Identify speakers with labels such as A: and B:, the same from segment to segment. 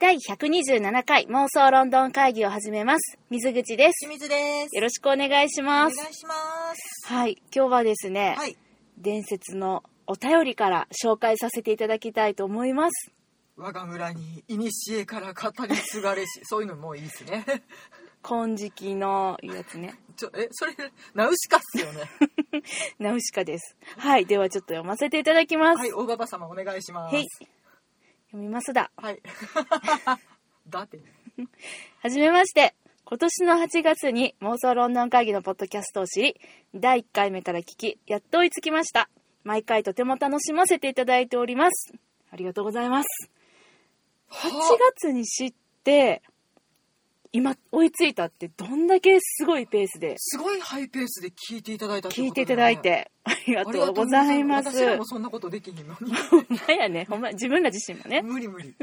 A: 第127回妄想ロンドン会議を始めます。水口です。
B: 清水です。
A: よろしくお願いし
B: お
A: ま
B: 願い
A: す。
B: します。
A: はい、今日はですね、
B: はい。
A: 伝説のお便りから紹介させていただきたいと思います。
B: 我が村に古から語り継がれし、 そういうのもういいですね。
A: 金色のやつね。
B: ちょえそれナウシカっすよ ね。
A: ナウシカです。はい、ではちょっと読ませていただきます。
B: はい、大ババ様お願いします。
A: へい。読みますだ。
B: はい。 だって。
A: はじめまして。今年の8月に妄想ロンドン会議のポッドキャストを知り、第1回目から聞き、やっと追いつきました。毎回とても楽しませていただいております。ありがとうございます。8月に知って、今追いついたってどんだけすごいペースで
B: すごいハイペースで聞いていただいたって
A: 聞
B: ことだよね
A: いていただい。て、ありがとうございます。
B: 私らもそんなことできひんのに。
A: ほんまやね。ほんま、自分ら自身もね。
B: 無理無理。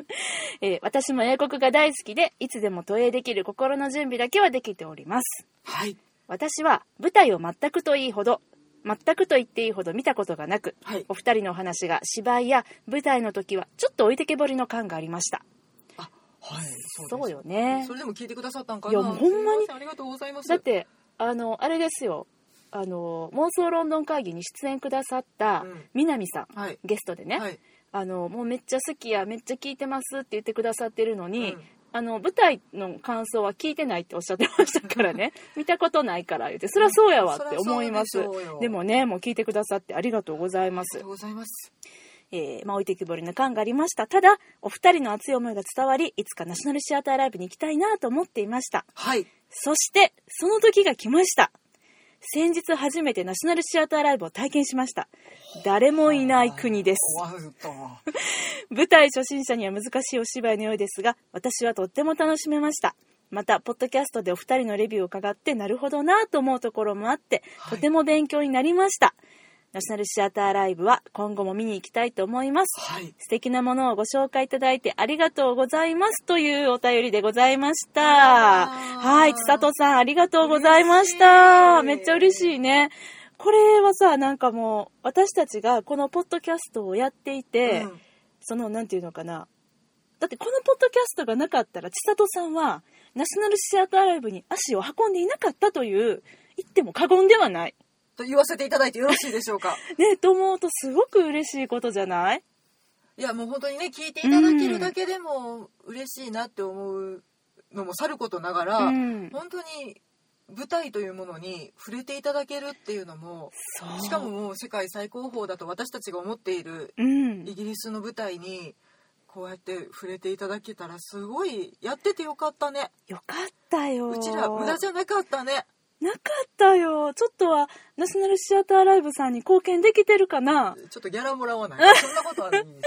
A: えー私も英国が大好きで、いつでも投影できる心の準備だけはできております。
B: はい。
A: 私は舞台を全くといいほど、全くと言っていいほど見たことがなく、
B: はい
A: お二人のお話が芝居や舞台の時はちょっと置いてけぼりの感がありました。
B: あ、はい。
A: そう
B: です
A: よね
B: そ。れでも聞いてくださったんかな。
A: いやほんまに
B: すいせありがとうございます。
A: だって、あの、あれですよ。あの、妄想ロンドン会議に出演くださった
B: うん、
A: 南さん、
B: はい
A: ゲストでね、
B: はい。
A: あの、もうめっちゃ好きや、めっちゃ聞いてますって言ってくださってるのに、
B: うん
A: あの、舞台の感想は聞いてないっておっしゃってましたから ね、見たことないから言って、そりゃそうやわって思います。
B: そりゃそうでしょうよ
A: でもね、もう聞いてくださってありがとうございま
B: ありが
A: す
B: とう。ございます。
A: えー、まあ、置いてきぼりな感がありました。ただ、お二人の熱い思いが伝わり、いつかナショナルシアターライブに行きたいなと思っていました。
B: はい。
A: そして、その時が来ました。先日初めてナショナルシアターライブを体験しました。誰もいない国です。
B: ワウと。
A: 舞台初心者には難しいお芝居のようですが私はとっても楽しめましたまたポッドキャストでお二人のレビューを伺ってなるほどなぁと思うところもあって、
B: はい
A: とても勉強になりましたナショナルシアターライブは今後も見に行きたいと思います
B: はい。
A: 素敵なものをご紹介いただいてありがとうございますというお便りでございました
B: あら
A: はい千里さんありがとうございました
B: 嬉しい
A: めっちゃ嬉しいねこれはさなんかもう私たちがこのポッドキャストをやっていて、
B: うん
A: そのなんていうのかなだってこのポッドキャストがなかったら千里さんはナショナルシアターライブに足を運んでいなかったという言っても過言ではない。
B: と言わせていただいてよろしいでしょうか。
A: ねえと思うとすごく嬉しいことじゃない
B: いやもう本当にね聞いていただけるだけでも嬉しいなって思うのもさることながら、
A: うん
B: 本当に舞台というものに触れていただけるっていうのも
A: そう
B: しかももう世界最高峰だと私たちが思っている
A: うん
B: イギリスの舞台にこうやって触れていただけたらすごいやっててよかったね
A: よかったよ
B: うちら無駄じゃなかったね
A: なかったよちょっとはナショナルシアターライブさんに貢献できてるかな
B: ちょっとギャラもらわないそんなことはないんです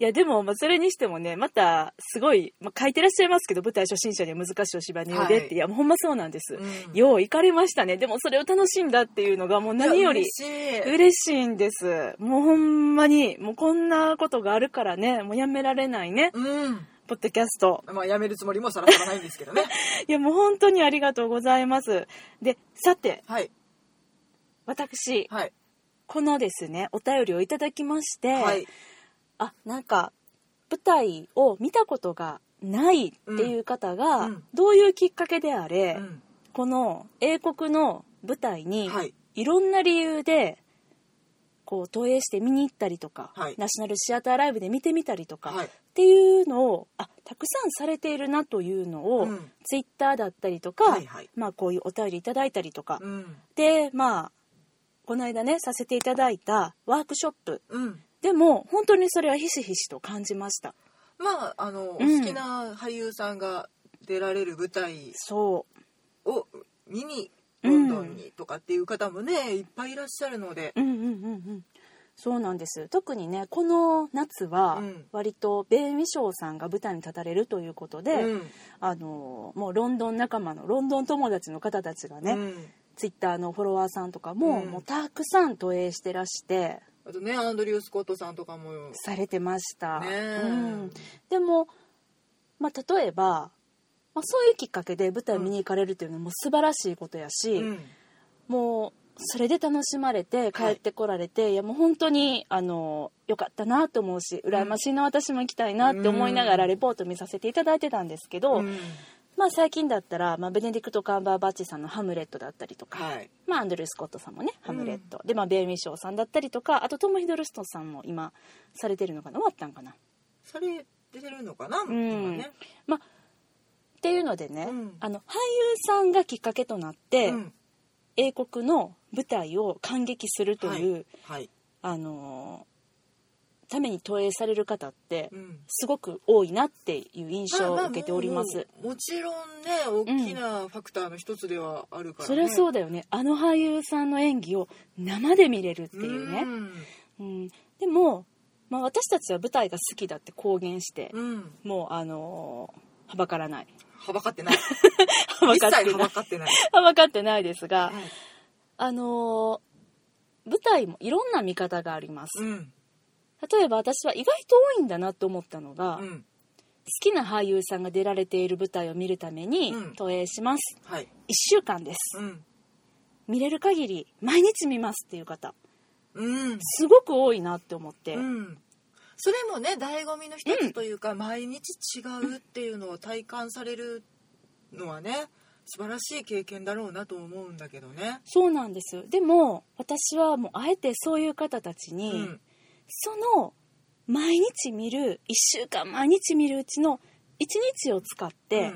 A: いや、でも、まあ、それにしてもね、また、すごい、まあ、書いてらっしゃいますけど、舞台初心者には難しいお芝居のようでって、
B: はい
A: い、や、もうほんまそうなんです。
B: うん
A: よう行かれましたね。でも、それを楽しんだっていうのが、もう
B: けどね
A: 何より、
B: いや嬉しい
A: 嬉しいんです。もうほんまに、もうこんなことがあるからね、もうやめられないね、
B: うん
A: ポッドキャスト。
B: まあやめるつもりもさらさらないんですけ どね
A: いや、もう本当にありがとうございます。で、さて、
B: はい
A: 私、
B: はい
A: このですね、お便りをいただきまして、
B: はい
A: あなんか舞台を見たことがないっていう方が、
B: うんうん
A: どういうきっかけであれ、
B: うん
A: この英国の舞台に、、
B: はいい
A: ろんな理由でこう投影して見に行ったりとか、
B: はい
A: ナショナルシアターライブで見てみたりとか、
B: はい
A: っていうのをあたくさんされているなというのを、
B: うん
A: ツイッターだったりとか、
B: はいはい
A: まあ、こういうお便りいただいたりとか、
B: うん
A: でまあこの間ねさせていただいたワークショップ
B: うん
A: でも本当にそれはひしひしと感じました
B: まああの、
A: うん
B: お好きな俳優さんが出られる舞台
A: そう
B: を見にロンドンにとかっていう方もね、いっぱいいらっしゃるので、
A: うんうんうんうんそうなんです特にねこの夏は
B: うん
A: 割とベン・ウィショウさんが舞台に立たれるということで、
B: うん
A: あのもうロンドン仲間のロンドン友達の方たちがね、
B: うん
A: ツイッターのフォロワーさんとかも、
B: うん
A: もうたくさん投影してらして
B: あとねアンドリュー・スコットさんとかも
A: されてました、
B: ね
A: うん、でも、まあ、例えば、まあ、そういうきっかけで舞台見に行かれるというのも素晴らしいことやし、
B: うん
A: もうそれで楽しまれて帰ってこられて、い、やもう本当にあのよかったなと思うし羨ましいな、私も行きたいなって思いながらレポート見させていただいてたんですけど、
B: うん
A: まあ、最近だったら、まあ、ベネディクト・カンバーバッチさんの「ハムレット」だったりとか、
B: はい
A: まあ、アンドリュー・スコットさんもね「ハムレット」で、まあ、ベーミー賞さんだったりとかあとトム・ヒドルストンさんも今されてるのかな終わったんかな。
B: それ出てるのかな、
A: ん
B: 今ね
A: まあ、っていうのでね、
B: うん
A: あの俳優さんがきっかけとなって、
B: うん
A: 英国の舞台を感激するという、
B: はい、
A: あのーために投影される方って
B: うん
A: すごく多いなっていう印象を受けております。
B: ああもうもうもちろんね大きなファクターの一つではあるから、
A: そ
B: ね
A: れはそう
B: っ
A: だよねあの俳優さんの演技を生で見れるっていうね、うん、でも、まあ、私たちは舞台が好きだって公言して、
B: うん、うん、
A: もうあのーはばからない
B: はばかってない
A: はば
B: 一
A: かって
B: 切は
A: ない
B: ばかってない、
A: はばかってないですが
B: はい
A: あのー舞台もいろんな見方があります、
B: うん
A: 例えば私は意外と多いんだなと思ったのが、
B: う
A: 好
B: ん
A: きな俳優さんが出られている舞台を見るために
B: うん
A: 投影します、
B: はい
A: 1週間です
B: うん
A: 見れる限り毎日見ますっていう方
B: うん
A: すごく多いなって思って、
B: うんそれもね醍醐味の一つというか、毎日違うっていうのを体感されるのはね素晴らしい経験だろうなと思うんだけどね。
A: そうなんですでも私はもうあえてそういう方たちに、
B: うん
A: その毎日見る1週間毎日見るうちの1日を使って、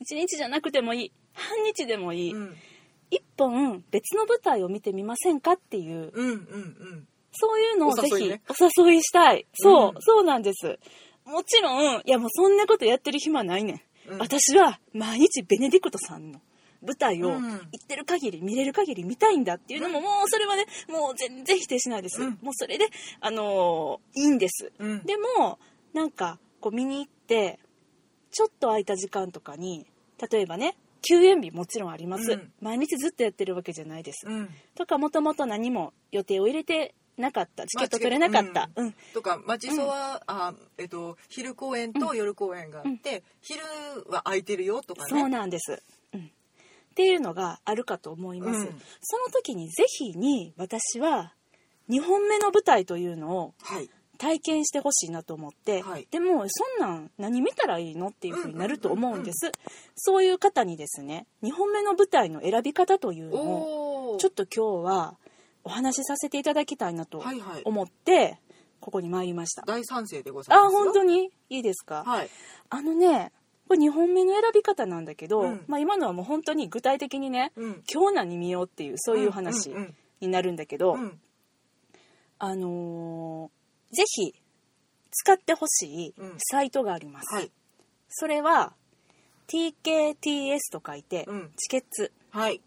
A: 1日じゃなくてもいい半日でもいい、
B: うんうん
A: 一本別の舞台を見てみませんかっていう
B: うんうん
A: そういうのをぜ
B: お誘い
A: ひ
B: ね
A: お誘いしたいそう、
B: うん
A: そうなんですもちろんいやもうそんなことやってる暇ないねん
B: うん
A: 私は毎日ベネディクトさんの舞台を
B: うん
A: 行ってる限り見れる限り見たいんだっていうのももうそれはねもう全然否定しないです、
B: うん
A: もうそれであのーいいんです
B: うんうん
A: でもなんかこう見に行ってちょっと空いた時間とかに例えばね休園日もちろんあります、
B: うん
A: 毎日ずっとやってるわけじゃないです、
B: うん
A: とかもともと何も予定を入れてなかったチケット取れなかった、うん
B: とか町そは、あえっと昼公演と夜公演があって、昼は空いてるよとかね
A: そうなんです、うん、っていうのがあるかと思います、
B: うん
A: その時にぜひに私は2本目の舞台というのを
B: はい
A: 体験してほしいなと思って、
B: はい
A: でもそんなん何見たらいいのっていうふうになると思うんです、そういう方にですね2本目の舞台の選び方というのを
B: おお
A: ちょっ
B: と
A: と今日はお話しさせていただきたいなと
B: はいはい
A: 思ってここに参りました、
B: 大賛成でございます
A: あ本当
B: に
A: にいいですか
B: はい
A: あのねこれ2本目の選び方なんだけど、
B: うん
A: まあ、今のはもう本当に具体的にね、
B: うん
A: 今日何見ようっていうそういう話
B: うんうん
A: になるんだけど、
B: うんうん
A: あのーぜひ使ってほしい
B: うん
A: サイトがあります、
B: はい
A: それは TKTS と書いて、
B: うん
A: チケッツ
B: はい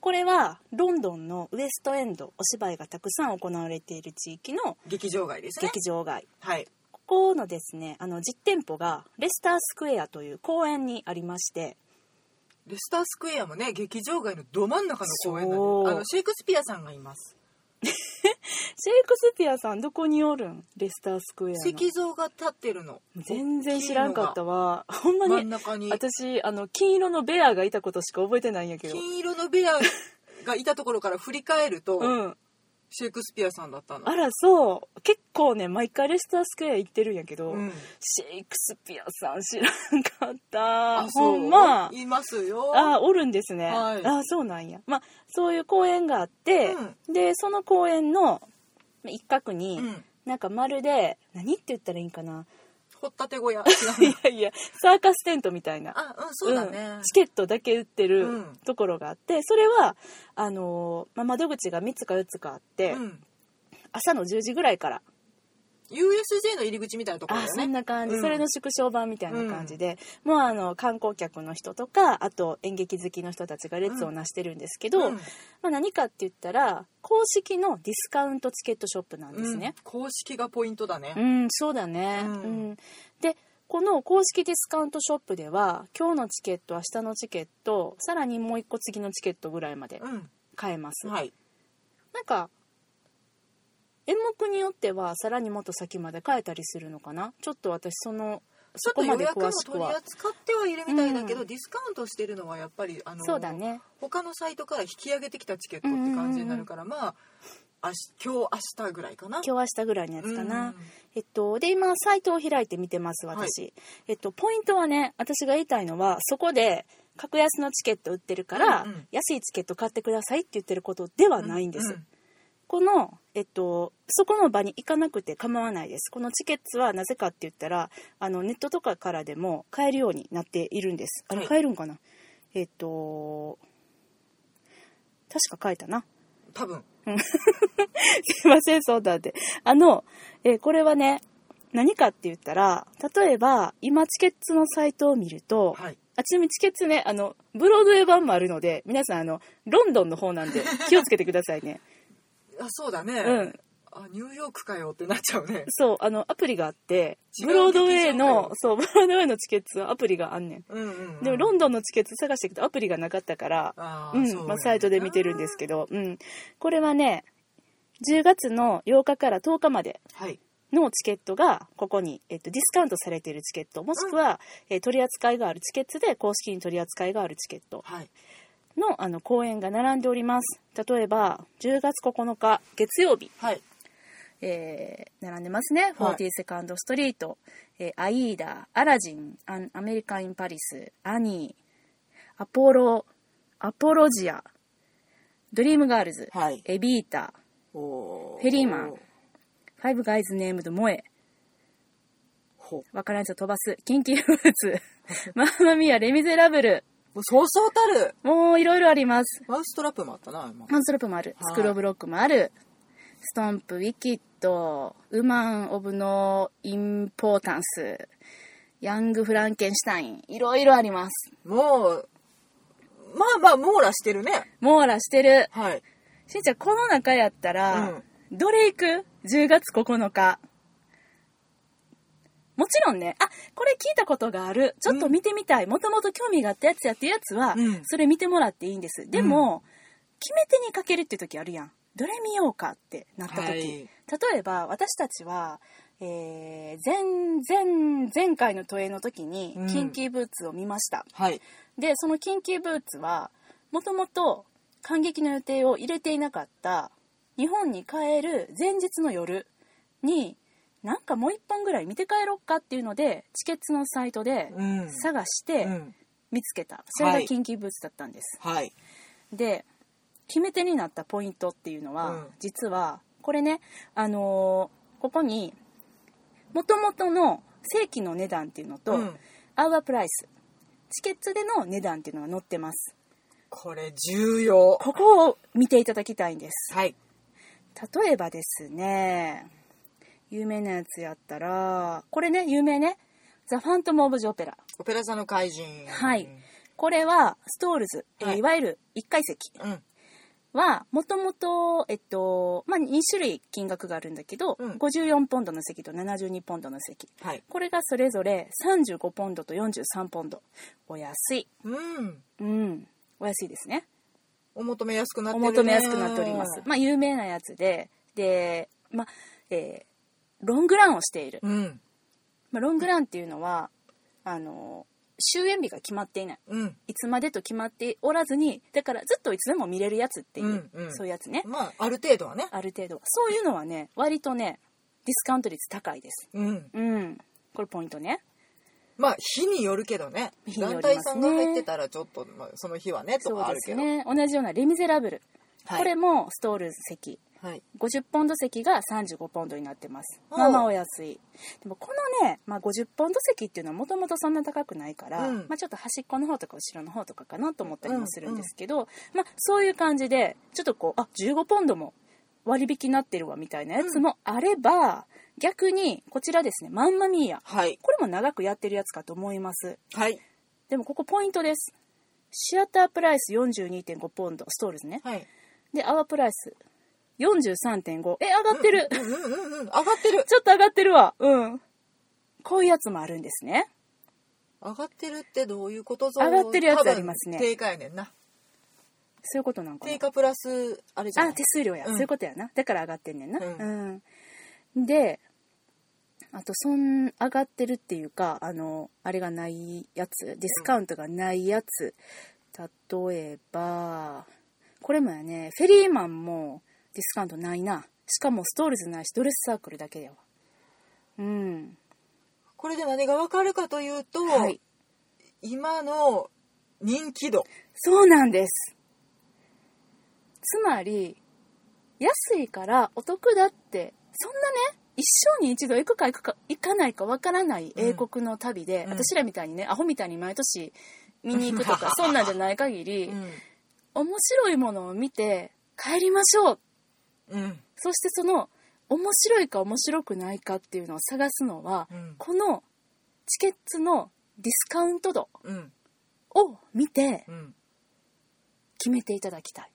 A: これはロンドンのウエストエンドお芝居がたくさん行われている地域の
B: 劇場外ですね
A: 劇場街、
B: はい
A: ここのですねあの実店舗がレスタースクエアという公園にありまして
B: レスタースクエアもね劇場外のど真ん中の公園なん
A: そう
B: であのシェイクスピアさんがいます
A: シェイクスピアさんどこにおるんレスタースクエアの
B: 石像が立ってるの
A: 全然知らんかった
B: わ
A: わほんま
B: 真ん
A: に
B: 中に
A: 私 あの金色のベアがいたことしか覚えてないんやけど
B: 金色のベアがいたところから振り返ると、
A: うん
B: シェイクスピアさんだったの
A: あらそう結構ね毎回レスタースクエア行ってるんやけど、
B: うん
A: シェイクスピアさん知らんかった
B: そ
A: ほ
B: う
A: んま
B: いますよ
A: あおるんですね、
B: はい
A: あそうなんやまあそういう公園があって、でその公園の一角に、
B: うん
A: なんかまるで何って言ったらいいんかな
B: 掘った て小屋
A: いやいやサーカステントみたいな
B: あうんそうだね、
A: んチケットだけ売って
B: う
A: る
B: ん
A: ところがあって、それはあのーまあ、窓口が3つか4つかあって、
B: うん
A: 朝の10時ぐらいから、
B: USJ の入り口みたいなところだ
A: あ
B: よ
A: そん
B: ね
A: な感じ、
B: うん
A: それの縮小版みたいな感じで、もうあの観光客の人とかあと演劇好きの人たちが列をなしてるんですけど、
B: うん
A: まあ、何かって言ったら公式のディスカウントチケットショップなんですね。
B: うん公式がポイントだね
A: う、ん、そうだね、
B: う
A: うんんでこの公式ディスカウントショップでは今日のチケット明日のチケットさらにもう一個次のチケットぐらいまで
B: う
A: 買えます、
B: ん、はい
A: なんか演目によってはさらにもっと先まで買えたりするのかなちょっと私その
B: ち
A: そ
B: ょっと
A: こま
B: 予
A: で
B: 約
A: 詳
B: も
A: しく
B: 取り
A: は
B: 扱ってはいるみたいだけど、
A: うん
B: ディスカウントしてるのはやっぱりあの
A: そうだね
B: 他のサイトから引き上げてきたチケットって感じになるから、まああし今日明日ぐらいかな。
A: 今日明日ぐらいのやつかな、
B: うん
A: えっと、で今サイトを開いて見てます私、えっと、ポイントはね私が言いたいのはそこで格安のチケット売ってるから、
B: うんうん
A: 安いチケット買ってくださいって言ってることではないんです、
B: う
A: この、えっと、そこの場に行かなくて構わないですこのチケットはなぜかって言ったらあのネットとかからでも買えるようになっているんですあ
B: は
A: れ
B: い
A: 買えるんかな、えっと確か買えたな
B: 多分
A: すいません、そうなんで。あの、えーこれはね、何かって言ったら、例えば、今チケッツのサイトを見ると、
B: はい
A: あ、ちなみにチケッツね、あの、ブロードウェイ版もあるので、皆さん、あの、ロンドンの方なんで、気をつけてくださいね。
B: あ そうだね、
A: うん。
B: あニューヨークかよってなっちゃうね
A: そう、あの、アプリがあって、
B: 違う
A: ブロードウェイ
B: 劇場だ
A: の
B: よ、
A: そう、ブロードウェイのチケッツはアプリがあんねん。
B: うんうんうん
A: でも、ロンドンのチケッツ探してきてアプリがなかったから、
B: あー
A: う
B: そ
A: ん
B: う
A: ま
B: や
A: あ、
B: ね
A: サイトで見てるんですけど、うん、これはね10月の8日から10日まで
B: はい
A: のチケットがここに、えっと、ディスカウントされているチケットもしくは、えー取り扱いがあるチケットで公式に取り扱いがあるチケット
B: はい
A: のあの公演が並んでおります例えば10月9日月曜日、
B: はい
A: えー並んでますね「
B: はい
A: 40セカンドストリート」えーアイーダ」「アラジン」アン「アメリカ・イン・パリス」「アニー」「アポロ」「アポロジア」「ドリームガールズ」
B: はい
A: エビータ」
B: お
A: フェリーマンファイブガイズネームドモエ。
B: ほ
A: わからん人飛ばす。キンキーフルー ツ。マーマミア、レミゼラブル。
B: もうそうそうたる
A: もういろいろあります。
B: マウストラップもあったな今
A: ハンストロップもある。
B: は
A: ス
B: い
A: クローブロックもある。ストンプ、ウィキッド、ウマン・オブ・ノー・インポータンス、ヤング・フランケンシュタイン。いろいろあります。
B: もうまあまあ網羅してるね
A: 網羅してる。
B: はい
A: しんちゃん、この中やったら、どれ行く ?10 月9日。もちろんね、あ、これ聞いたことがある。ちょっと見てみたい。もともと興味があったやつやっていうやつは、
B: うん
A: それ見てもらっていいんです。でも、決め手にかけるって時あるやん。どれ見ようかってなった時。
B: はい
A: 例えば、私たちは、えー、前、前、前回の都営の時に
B: う、ん
A: キンキーブーツを見ました。
B: はい
A: でそのキンキーブーツはもともと感激の予定を入れていなかった日本に帰る前日の夜になんかもう一本ぐらい見て帰ろっかっていうのでチケットのサイトで
B: うん
A: 探し
B: う
A: て
B: ん
A: 見つけた、それが
B: はい
A: キンキーブーツだったんです、
B: はい
A: で決め手になったポイントっていうのは、
B: うん
A: 実はこれねあのーここにもともとの正規の値段っていうのと、
B: うん
A: アワープライスチケットでの値段っていうのが載ってます
B: これ重要
A: ここを見ていただきたいんです
B: はい
A: 例えばですね有名なやつやったらこれね有名ね「ザ・ファントム・オブ・ジ・オペラ
B: オペラ座の怪人」
A: はいこれはストールズ、えー、
B: はいい
A: わゆる1階席
B: うん
A: はもともと、えっとまあ、2種類金額があるんだけど、
B: うん
A: 54ポンドの席と72ポンドの席
B: はい
A: これがそれぞれ35ポンドと43ポンドお安い
B: うん
A: うんお安いですね
B: お求めやすくなって
A: お
B: るね
A: 求めやすくなっております。まあ、有名なやつで、で、まあ、えーロングランをしている。
B: うん
A: まあ、ロングランっていうのは、あの、終演日が決まっていない。
B: うん
A: いつまでと決まっておらずに、だからずっといつでも見れるやつっていう、
B: うんうん
A: そういうやつね。
B: まあある程度はね
A: ある程度は。そういうのはね、割とね、ディスカウント率高いです。
B: うん
A: うん。これポイントね。
B: まあ日によるけどね
A: 日によ
B: 団
A: りますね
B: 体さんが入ってたらちょっと、まあ、その日はねと
A: そう
B: かあ
A: で
B: る
A: す
B: けど、
A: ね。同じようなレミゼラブル。
B: はい
A: これもストール席。
B: はい
A: 50ポンド席が35ポンドになってます
B: おう
A: まあまあお安いでもこのね、まあ、50ポンド席っていうのはもともとそんな高くないから、
B: うん
A: まあ、ちょっと端っこの方とか後ろの方とかかなと思ったりもするんですけど、まあ、そういう感じでちょっとこうあ15ポンドも割引になってるわみたいなやつもあれば、逆にこちらですねマンマミーヤ
B: はい
A: これも長くやってるやつかと思います
B: はい
A: でもここポイントですシアタープライス42.5ポンドストールズね
B: はい
A: でアワープライス43.5え上がってる、
B: うんうんうん上がってる
A: ちょっと上がってるわ。うん。こういうやつもあるんですね。
B: 上がってるってどういうことぞ
A: 上がってるやつありますね
B: 多分定価やねんな
A: そういうことなんかな
B: 定。価プラスあれじゃな
A: あ、
B: い
A: 手数料や、
B: うん
A: そういうことやな。だから上がってんねんな。
B: う
A: うん。で、あとそん上がってるっていうかあのあれがないやつディスカウントがないやつ例えばこれもやねフェリーマンもディスカウントないなしかもストールズないしドレスサークルだけやわうん
B: これで何がわかるかというと、
A: はい
B: 今の人気度
A: そうなんですつまり安いからお得だってそんなね一生に一度行くか行くか行かないかわからない英国の旅で、
B: うん
A: 私らみたいにねアホみたいに毎年見に行くとかそんなんじゃない限り、面白いものを見て帰りましょう
B: うん
A: そしてその面白いか面白くないかっていうのを探すのは、
B: うん
A: このチケットのディスカウント度
B: うん
A: を見て
B: うん
A: 決めていただきたい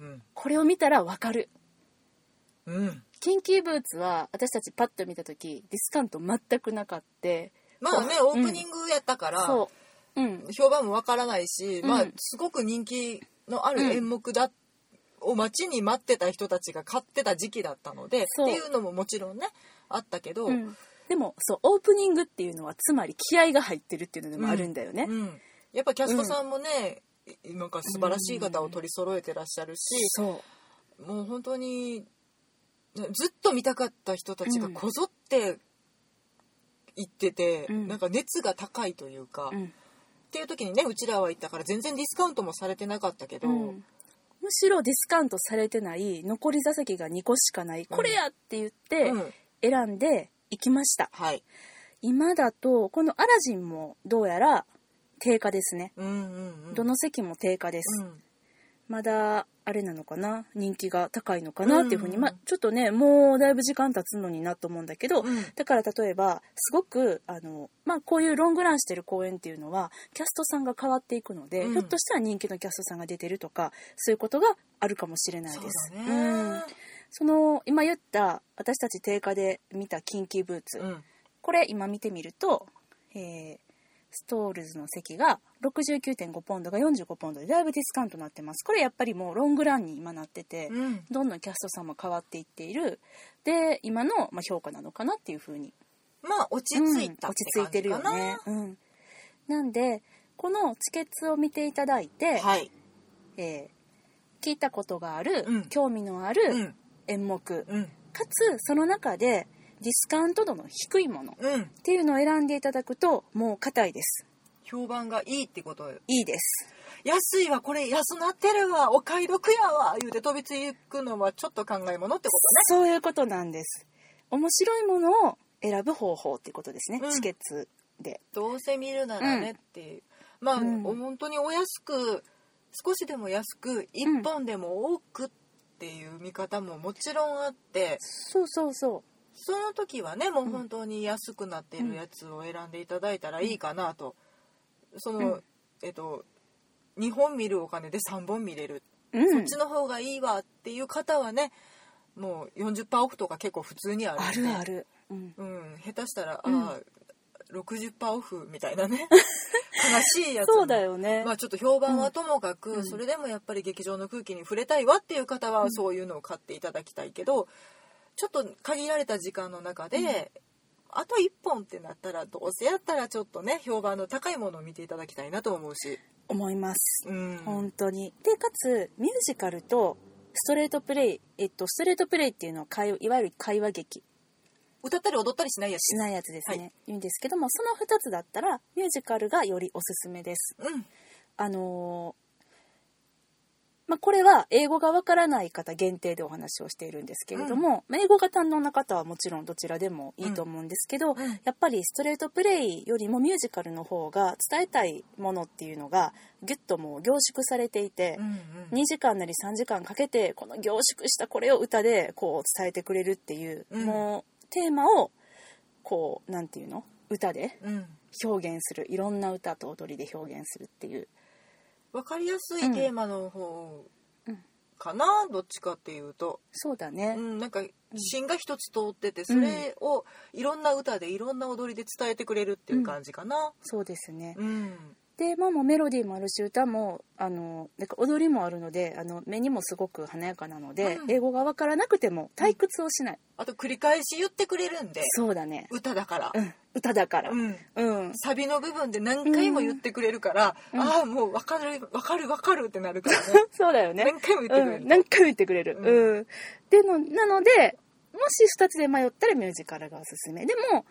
B: うん
A: これを見たらわかる
B: うん
A: キンキーブーツは私たちパッと見た時ディスカウント全くなかって
B: まあね
A: うん
B: オープニングやったから、
A: そううん
B: 評判もわからないし、
A: うん
B: まあすごく人気のある
A: うん
B: 演目だ、を待ちに待ってた人たちが買ってた時期だったのでって
A: そう
B: いうのももちろんねあったけど、
A: うんでもそうオープニングっていうのはつまり気合が入ってるっていうのでもあるんだよね、
B: うんやっぱキャストさんもね、なんか素晴らしい方を取り揃えてらっしゃるし、
A: そう
B: もう本当にねずっと見たかった人たちがこぞって行ってて、
A: うん
B: なんか熱が高いというか、
A: う
B: っ
A: ん
B: ていう時にねうちらは行ったから全然ディスカウントもされてなかったけど、
A: うんむしろディスカウントされてない残り座席が2個しかないこれやって言って
B: うん
A: 選んで行きました、
B: はい、
A: 今だとこのアラジンもどうやら定価ですね
B: うんうんうん、
A: どの席も定価です、
B: うん
A: まだあれなのかな人気が高いのかなっていうふうに、
B: うん
A: まあちょっとねもうだいぶ時間経つのになと思うんだけど、
B: うん
A: だから例えばすごくあの、まあ、こういうロングランしてる公演っていうのはキャストさんが変わっていくので、
B: うん
A: ひょっとしたら人気のキャストさんが出てるとかそういうことがあるかもしれない
B: そう
A: です。
B: だ
A: うん
B: ね、
A: その今言った私たち定価で見たキンキーブーツ、
B: うん
A: これ今見てみると、えーストールズの席が69.5ポンドが45ポンドでだいぶディスカウントになってますこれやっぱりもうロングランに今なってて、
B: うん
A: どんどんキャストさんも変わっていっているで今のまあ評価なのかなっていうふうに
B: まあ落ち着いた
A: うん落
B: って
A: ち着いてるよ
B: 感じかな
A: ね、うん、なんでこのチケットを見ていただいて、
B: はい、
A: えー聞いたことがある、
B: うん
A: 興味のあ
B: う
A: る
B: ん
A: 演目、
B: うん
A: かつその中でディスカウント度の低いものっ
B: うん、
A: ていうのを選んでいただくともう硬いです
B: 評判がいいってこと
A: いいです
B: 安いわこれ安なってるわお買い得やわ言うて飛びつくのはちょっと考えものってこ
A: そういうことなんです面白いものを選ぶ方法っていうことですね、
B: うん
A: チケットで
B: とどうせ見るならねっていう、まあ、
A: うん
B: 本当にお安く少しでも安く1本でも多くっていう見方ももちろんあって
A: そうそうそ
B: その時はねもう本当に安くなってるやつを選んでいただいたらいいかなとその、
A: うん
B: えっと2本見るお金で3本見れる
A: ううん
B: そっちの方がいいわっていう方はねもう40%オフとか結構普通にある
A: あ
B: ん
A: る
B: で
A: ある、うん、
B: うん、下手したら、
A: うん
B: ああ60%オフみたい なね悲しいやつも
A: そうだよね、
B: まあ、ちょっと評判はともかく、
A: うん
B: それでもやっぱり劇場の空気に触れたいわっていう方はそういうのを買っていただきたいけど、ちょっと限られた時間の中で、
A: うん
B: あと1本ってなったらどうせやったらちょっとね評判の高いものを見ていただきたいなと思うし。
A: 思います
B: うん
A: 本当にでかつミュージカルとストレートプレイ、えっと、ストレートプレイっていうのは会いわゆる会話劇
B: 歌ったり踊ったりしないやつ
A: しないやつですね、
B: はい
A: 言うんですけどもその2つだったらミュージカルがよりおすすめです
B: うん
A: あのーまあ、これは英語がわからない方限定でお話をしているんですけれども、まあ、英語が堪能な方はもちろんどちらでもいいと思うんですけど、
B: うん
A: やっぱりストレートプレイよりもミュージカルの方が伝えたいものっていうのがギュッともう凝縮されていて、
B: うんうん
A: 2時間なり3時間かけてこの凝縮したこれを歌でこう伝えてくれるっていう、
B: うん
A: もうテーマをこうなんていうの歌で
B: うん
A: 表現するいろんな歌と踊りで表現するっていう
B: わかりやすいテーマの方かな、どっちかっていうと、
A: そうだ
B: う
A: ね、
B: ん、なんか芯が一つ通っててそれをいろんな歌でいろんな踊りで伝えてくれるっていう感じかな。
A: そうですね
B: うん
A: テーマもメロディーもあるし歌もあのなんか踊りもあるのであの目にもすごく華やかなので、
B: うん
A: 英語が分からなくても退屈をしない、
B: あと繰り返し言ってくれるんで
A: そうだね、
B: 歌だから
A: う、ん、歌だから、
B: うん
A: うん、
B: サビの部分で何回も言ってくれるから、
A: うん
B: ああもう分かる分かる分かるってなるからね
A: そうだよ ね
B: 何回も言ってくれる、
A: うん、何回も言ってくれる、う
B: うん
A: でのなのでもし2つで迷ったらミュージカルがおすすめでも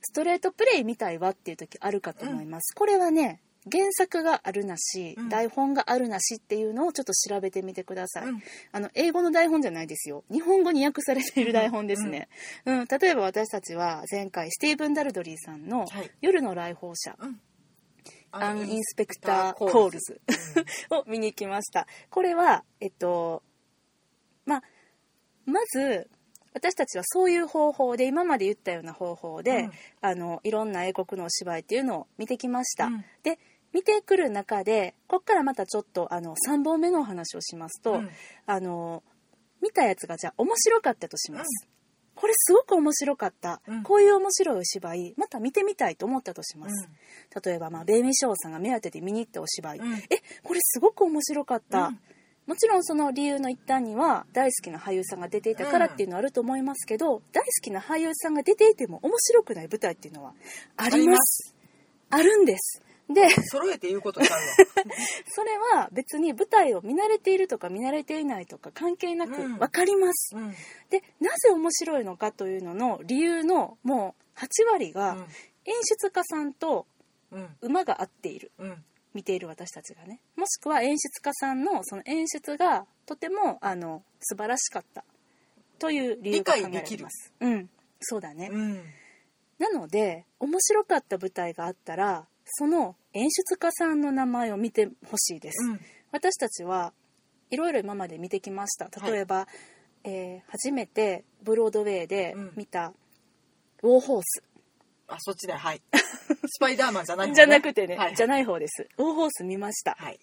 A: ストレートプレイみたいわっていう時あるかと思います、これはね原作があるなし、
B: うん
A: 台本があるなしっていうのをちょっと調べてみてください、
B: うん
A: あの英語の台本じゃないですよ日本語に訳されている台本ですね、うん例えば私たちは前回スティーブン・ダルドリーさんの
B: はい
A: 「夜の来訪者」
B: うん
A: アン・インスペク
B: タ
A: タ
B: ー
A: ー・
B: コ
A: コ
B: ー
A: ー
B: ル
A: ル
B: ズ
A: ズ を見に行きました。これは、えっと、まあ、まず、私たちはそういう方法で、今まで言ったような方法で、
B: うん
A: あの、いろんな英国のお芝居っていうのを見てきました。
B: うん
A: で、見てくる中で、こっからまたちょっと、あの、3本目のお話をしますと、
B: うん
A: あの、見たやつがじゃあ面白かったとします。これすごく面白かった、
B: うん
A: こういう面白いお芝居、また見てみたいと思ったとし
B: う
A: ま
B: ん
A: す。例えば、まあ、ベイミー賞さんが目当てで見に行ったお芝居、
B: うん
A: えこれすごく面白かった、
B: うん
A: もちろんその理由の一端には大好きな俳優さんが出ていたからっていうのはあると思いますけど、大好きな俳優さんが出ていても面白くない舞台っていうのはありますあるんですで
B: 揃えて言うことになる
A: それは別に舞台を見慣れているとか見慣れていないとか関係なく
B: うん
A: 分かります、
B: わ、うん
A: でなぜ面白いのかというのの理由のもう8割が演出家さんと
B: うん
A: 馬が合っている
B: うんうん
A: 見ている私たちがねもしくは演出家さんのその演出がとてもあの素晴らしかったという理由が考えられ
B: 理解できる
A: ますうんそうだね、
B: うん
A: なので面白かった舞台があったらその演出家さんの名前を見てほしいです、
B: うん
A: 私たちはいろいろ今まで見てきました
B: はい
A: 例えば、えー初めてブロードウェイで
B: うん
A: 見た、ウォーホース
B: あそっちだよはいスパイダーマンじゃな い、
A: じゃなくてね、
B: はい
A: じゃない方ですウォーホース見ました、
B: はい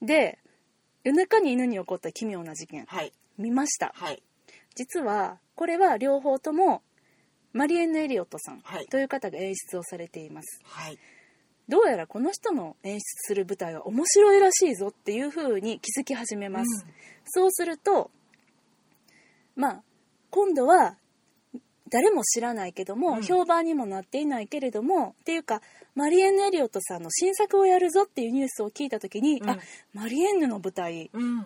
A: で夜中に犬に起こった奇妙な事件
B: はい
A: 見ました
B: はい
A: 実はこれは両方ともマリエンヌ・エリオットさん
B: はい
A: という方が演出をされています
B: はい
A: どうやらこの人の演出する舞台は面白いらしいぞっていう風に気づき始めます、そうするとまあ今度は誰も知らないけども、
B: うん
A: 評判にもなっていないけれどもっていうかマリエンヌ・エリオットさんの新作をやるぞっていうニュースを聞いた時に、
B: うん
A: あマリエンヌの舞台
B: うん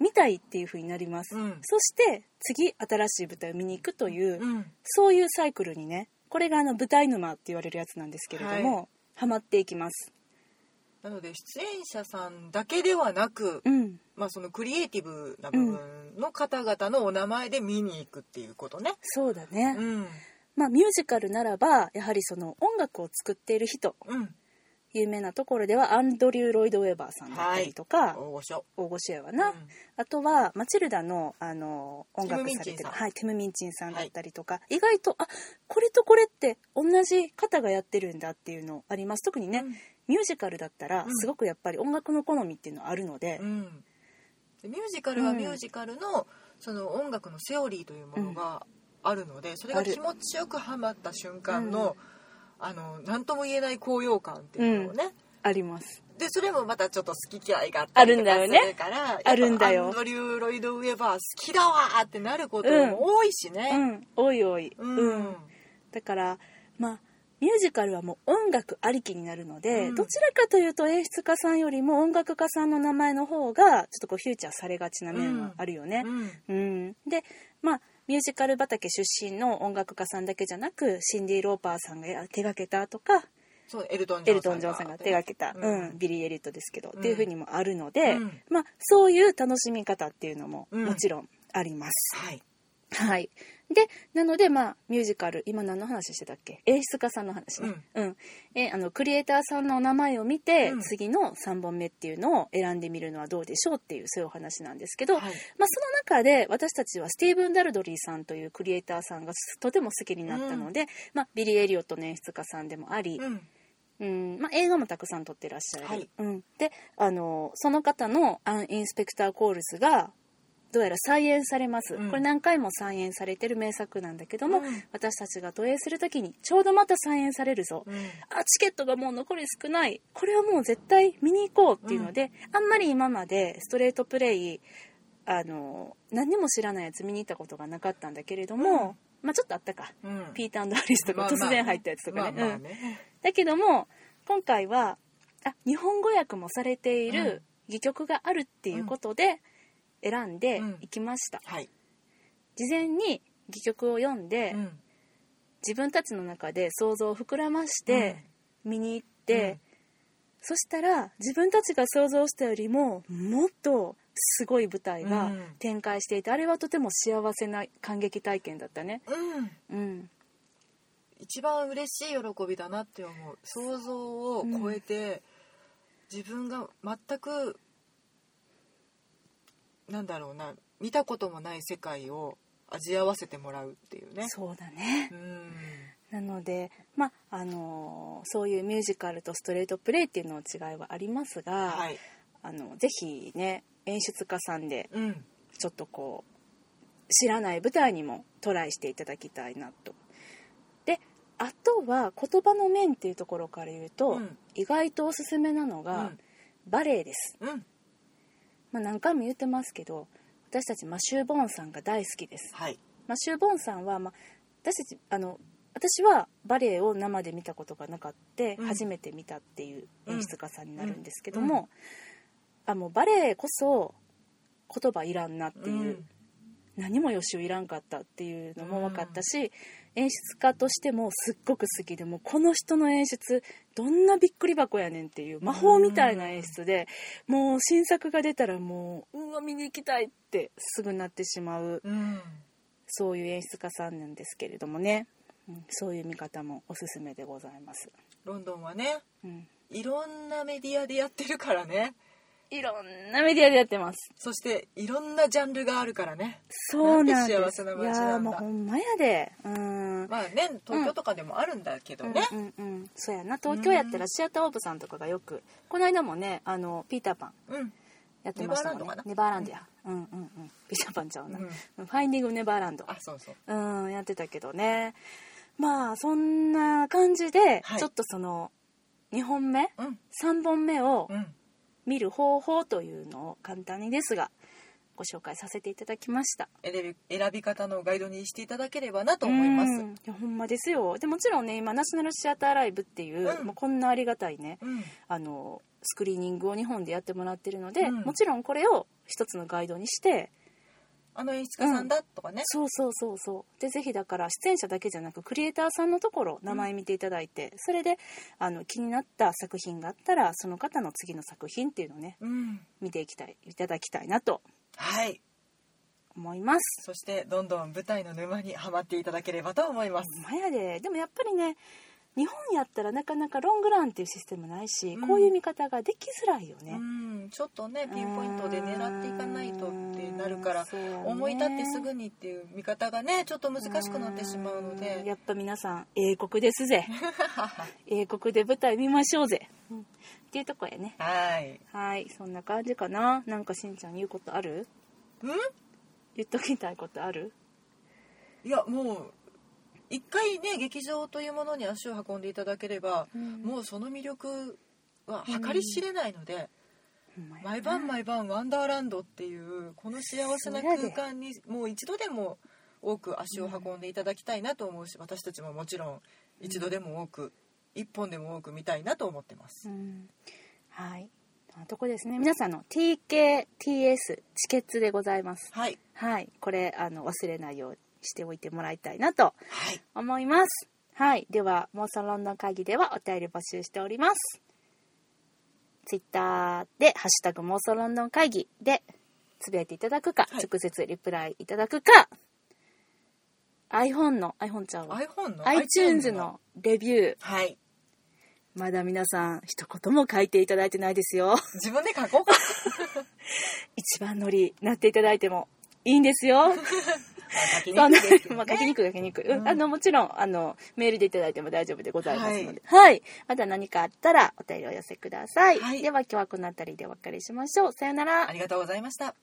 A: 見たいっていう風になります、
B: うん
A: そして次新しい舞台を見に行くという、
B: うん
A: そういうサイクルにねこれがあの舞台沼って言われるやつなんですけれども、
B: は
A: はまっていきます
B: なので出演者さんだけではなく、
A: うん
B: まあ、そのクリエイティブな部分の方々のお名前で見に行くっていうことね。
A: そうだね、
B: うん
A: まあミュージカルならばやはりその音楽を作っている人
B: うん、
A: 有名なところではアンドリュー・ロイド・ウェバーさんだったりとか、
B: 大御所、
A: 大御所やわ
B: うん
A: な、あとはマチルダのあの音楽され
B: ティム
A: て
B: ミンチンさ
A: る
B: ん
A: はい、ティム・ミンチンさんだったりとか、意外とあこれとこれって同じ方がやってるんだっていうのあります特にね、
B: うん
A: ミュージカルだったら
B: うん
A: すごくやっぱり音楽の好みっていうのあるので
B: う、んでミュージカルは
A: うん
B: ミュージカルの,、その音楽のセオリーというものがあるので、それが気持ちよくはまった瞬間の,、あの何とも言えない高揚感っていうのをね、
A: あります
B: でそれもまたちょっと好き嫌いがあったりとか
A: あるん
B: す
A: だよね
B: るからやっぱ
A: あるんだよ
B: アンドリュー・ロイド・ウェバー好きだわーってなることも多いし
A: う
B: ね。
A: んおいおい、
B: うん
A: うんだからまあミュージカルはもう音楽ありきになるので、
B: うん
A: どちらかというと演出家さんよりも音楽家さんの名前の方がちょっとこうフューチャーされがちな面はあるよね、
B: うん
A: うん、でまあミュージカル畑出身の音楽家さんだけじゃなくシンディ・ローパーさんが手掛けたとか
B: そうエルトン・ジ
A: エル
B: ョンさん
A: トン・ジョンさんが手掛けた、うんビリー・エリットですけど、っていうふうにもあるので、
B: うん
A: まあ、そういう楽しみ方っていうのも
B: うん
A: もちろんあります。
B: はい
A: はい、でなので、まあ、ミュージカル今何の話してたっけ演出家さんの話ね、うんえあのクリエイターさんのお名前を見て、
B: うん
A: 次の3本目っていうのを選んでみるのはどうでしょうっていうそういうお話なんですけど、
B: はい
A: まあ、その中で私たちはスティーブン・ダルドリーさんというクリエイターさんがとても好きになったので、まあ、ビリー・エリオットの演出家さんでもあり、
B: うん
A: うんまあ、映画もたくさん撮ってらっしゃる、
B: はい
A: うん、であのその方のアン・インスペクター・コールズがどうやら再演されます、
B: うん
A: これ何回も再演されてる名作なんだけども、
B: うん
A: 私たちが投影する時にちょうどまた再演されるぞ、あチケットがもう残り少ないこれはもう絶対見に行こうっていうので、あんまり今までストレートプレイあの何にも知らないやつ見に行ったことがなかったんだけれども、まあちょっとあったか、
B: うんうん
A: ピーターアリスとか
B: まあ
A: 突
B: まあ
A: 然入ったやつとかね
B: まあま
A: う
B: あ
A: ん
B: ね
A: だけども今回はあ日本語訳もされている戯曲があるっていうことで選んでいきました、
B: はい
A: 事前に戯曲を読んで、
B: うん
A: 自分たちの中で想像を膨らまして見に行って、
B: うん
A: そしたら自分たちが想像したよりももっとすごい舞台
B: う
A: が
B: ん
A: 展開していて、あれはとても幸せな感激体験だったね。
B: うん
A: うん、
B: 一番嬉しい喜びだなって思う想像を超えて、自分が全くなんだろうな見たこともない世界を味合わせてもらうっていうね
A: そうだね
B: う。ん
A: なので、まああのーそういうミュージカルとストレートプレイっていうのの違いはありますが、
B: はい
A: あのぜひね演出家さんで
B: うん
A: ちょっとこう知らない舞台にもトライしていただきたいなと。であとは言葉の面っていうところから言うと、
B: うん
A: 意外とおすすめなのが、バレエです、
B: うんうん
A: まあ、何回も言ってますけど私たちマシュー・ボーンさんが大好きです
B: はい
A: マシュー・ボーンさんは、まあ、私たちあの私はバレエを生で見たことがなかって、
B: うん
A: 初めて見たっていう演出家さんになるんですけど
B: うん
A: も、あもうバレエこそ言葉いらんなっていう、
B: うん
A: 何も予習いらんかったっていうのも分かったし、演出家としてもすっごく好きでもうこの人の演出どんなびっくり箱やねんっていう魔法みたいな演出で、もう新作が出たらもううわ見に行きたいってすぐなってしまう
B: うん
A: そういう演出家さんなんですけれどもね、うん、そういう見方もおすすめでございます。
B: ロンドンはね
A: うん
B: いろんなメディアでやってるからね
A: いろんなメディアでやってます。
B: そしていろんなジャンルがあるからね
A: そうなんです。
B: なんて幸せな街なんだ
A: いやーもうほんまやで。うん。
B: まあね東京とかでもあるんだけどね、
A: うんうんうん、そうやな東京やったらシアターオーブさんとかがよくこの間もねあのピーターパン
B: うん
A: やってましたもんね
B: ネバーランドかな
A: ネバーランドや、うん、うんうんピーターパンちゃうな、
B: うん
A: ファインディングネバーランド
B: あそうそう
A: うんやってたけどねまあそんな感じで、
B: はい
A: ちょっとその2本目
B: うん
A: 3本目を
B: うん
A: 見る方法というのを簡単にですがご紹介させていただきました
B: 選び選び方のガイドにしていただければなと思いま
A: う
B: す
A: んいやほんまですよでもちろんね今ナショナルシアターライブっていう、
B: うん
A: もうこんなありがたいね
B: うん、
A: あのスクリーニングを日本でやってもらってるので、
B: うん
A: もちろんこれを一つのガイドにして
B: あの演出家さんだとかね、
A: そうそうそうそうでぜひだから出演者だけじゃなくクリエイターさんのところ名前見ていただいて、それであの気になった作品があったらその方の次の作品っていうのをね
B: うん
A: 見ていきたいいただきたいなと
B: はい
A: 思います。
B: そしてどんどん舞台の沼にはまっていただければと思います、
A: ほんまやででもやっぱりね日本やったらなかなかロングランっていうシステムないし、
B: うん
A: こういう見方ができづらいよね。
B: うんちょっとねピンポイントで狙っていかないとってなるから
A: そうやね
B: 思い立ってすぐにっていう見方がねちょっと難しくなってしまうの
A: ん
B: で
A: やっぱ皆さん英国です ぜ英国で舞台見ましょうぜ、うんっていうとこやね
B: はい
A: はいそんな感じかななんかしんちゃん言うことある
B: うん
A: 言っときたいことある
B: いやもう一回ね劇場というものに足を運んでいただければ、
A: うん
B: もうその魅力は計り知れないので、
A: ほんまやな
B: 毎晩毎晩ワンダーランドっていうこの幸せな空間にもう一度でも多く足を運んでいただきたいなと思うし私たちももちろん一度でも多く一本でも多く見たいなと思ってま
A: う
B: す。
A: んはいそんなとこですね皆さんの TKTS チケッツでございます
B: はい、
A: はいこれあの忘れないようにしておいてもらいたいなと
B: はい、
A: 思いますはいでは妄想ロンドン会議ではお便り募集しておりますツイッターで「ハッシュタグ妄想ロンドン会議」でつぶやいていただくか、
B: はい
A: 直接リプライいただくか iPhone の iPhone ちゃうわ
B: iPhone の
A: iTunes のレビュー
B: はい
A: まだ皆さん一言も書いていただいてないですよ
B: 自分で書こうか
A: 一番乗りなっていただいてもいいんですよ
B: 書
A: そう
B: きにくい
A: な
B: です けど
A: まあ、書きにくい書きにくい、うん
B: うん
A: あのもちろんあのメールでいただいても大丈夫でございますのではい、また何かあったらお便りお寄せください、
B: はい
A: では今日はこの辺りでお別れしましょうさようなら
B: ありがとうございました。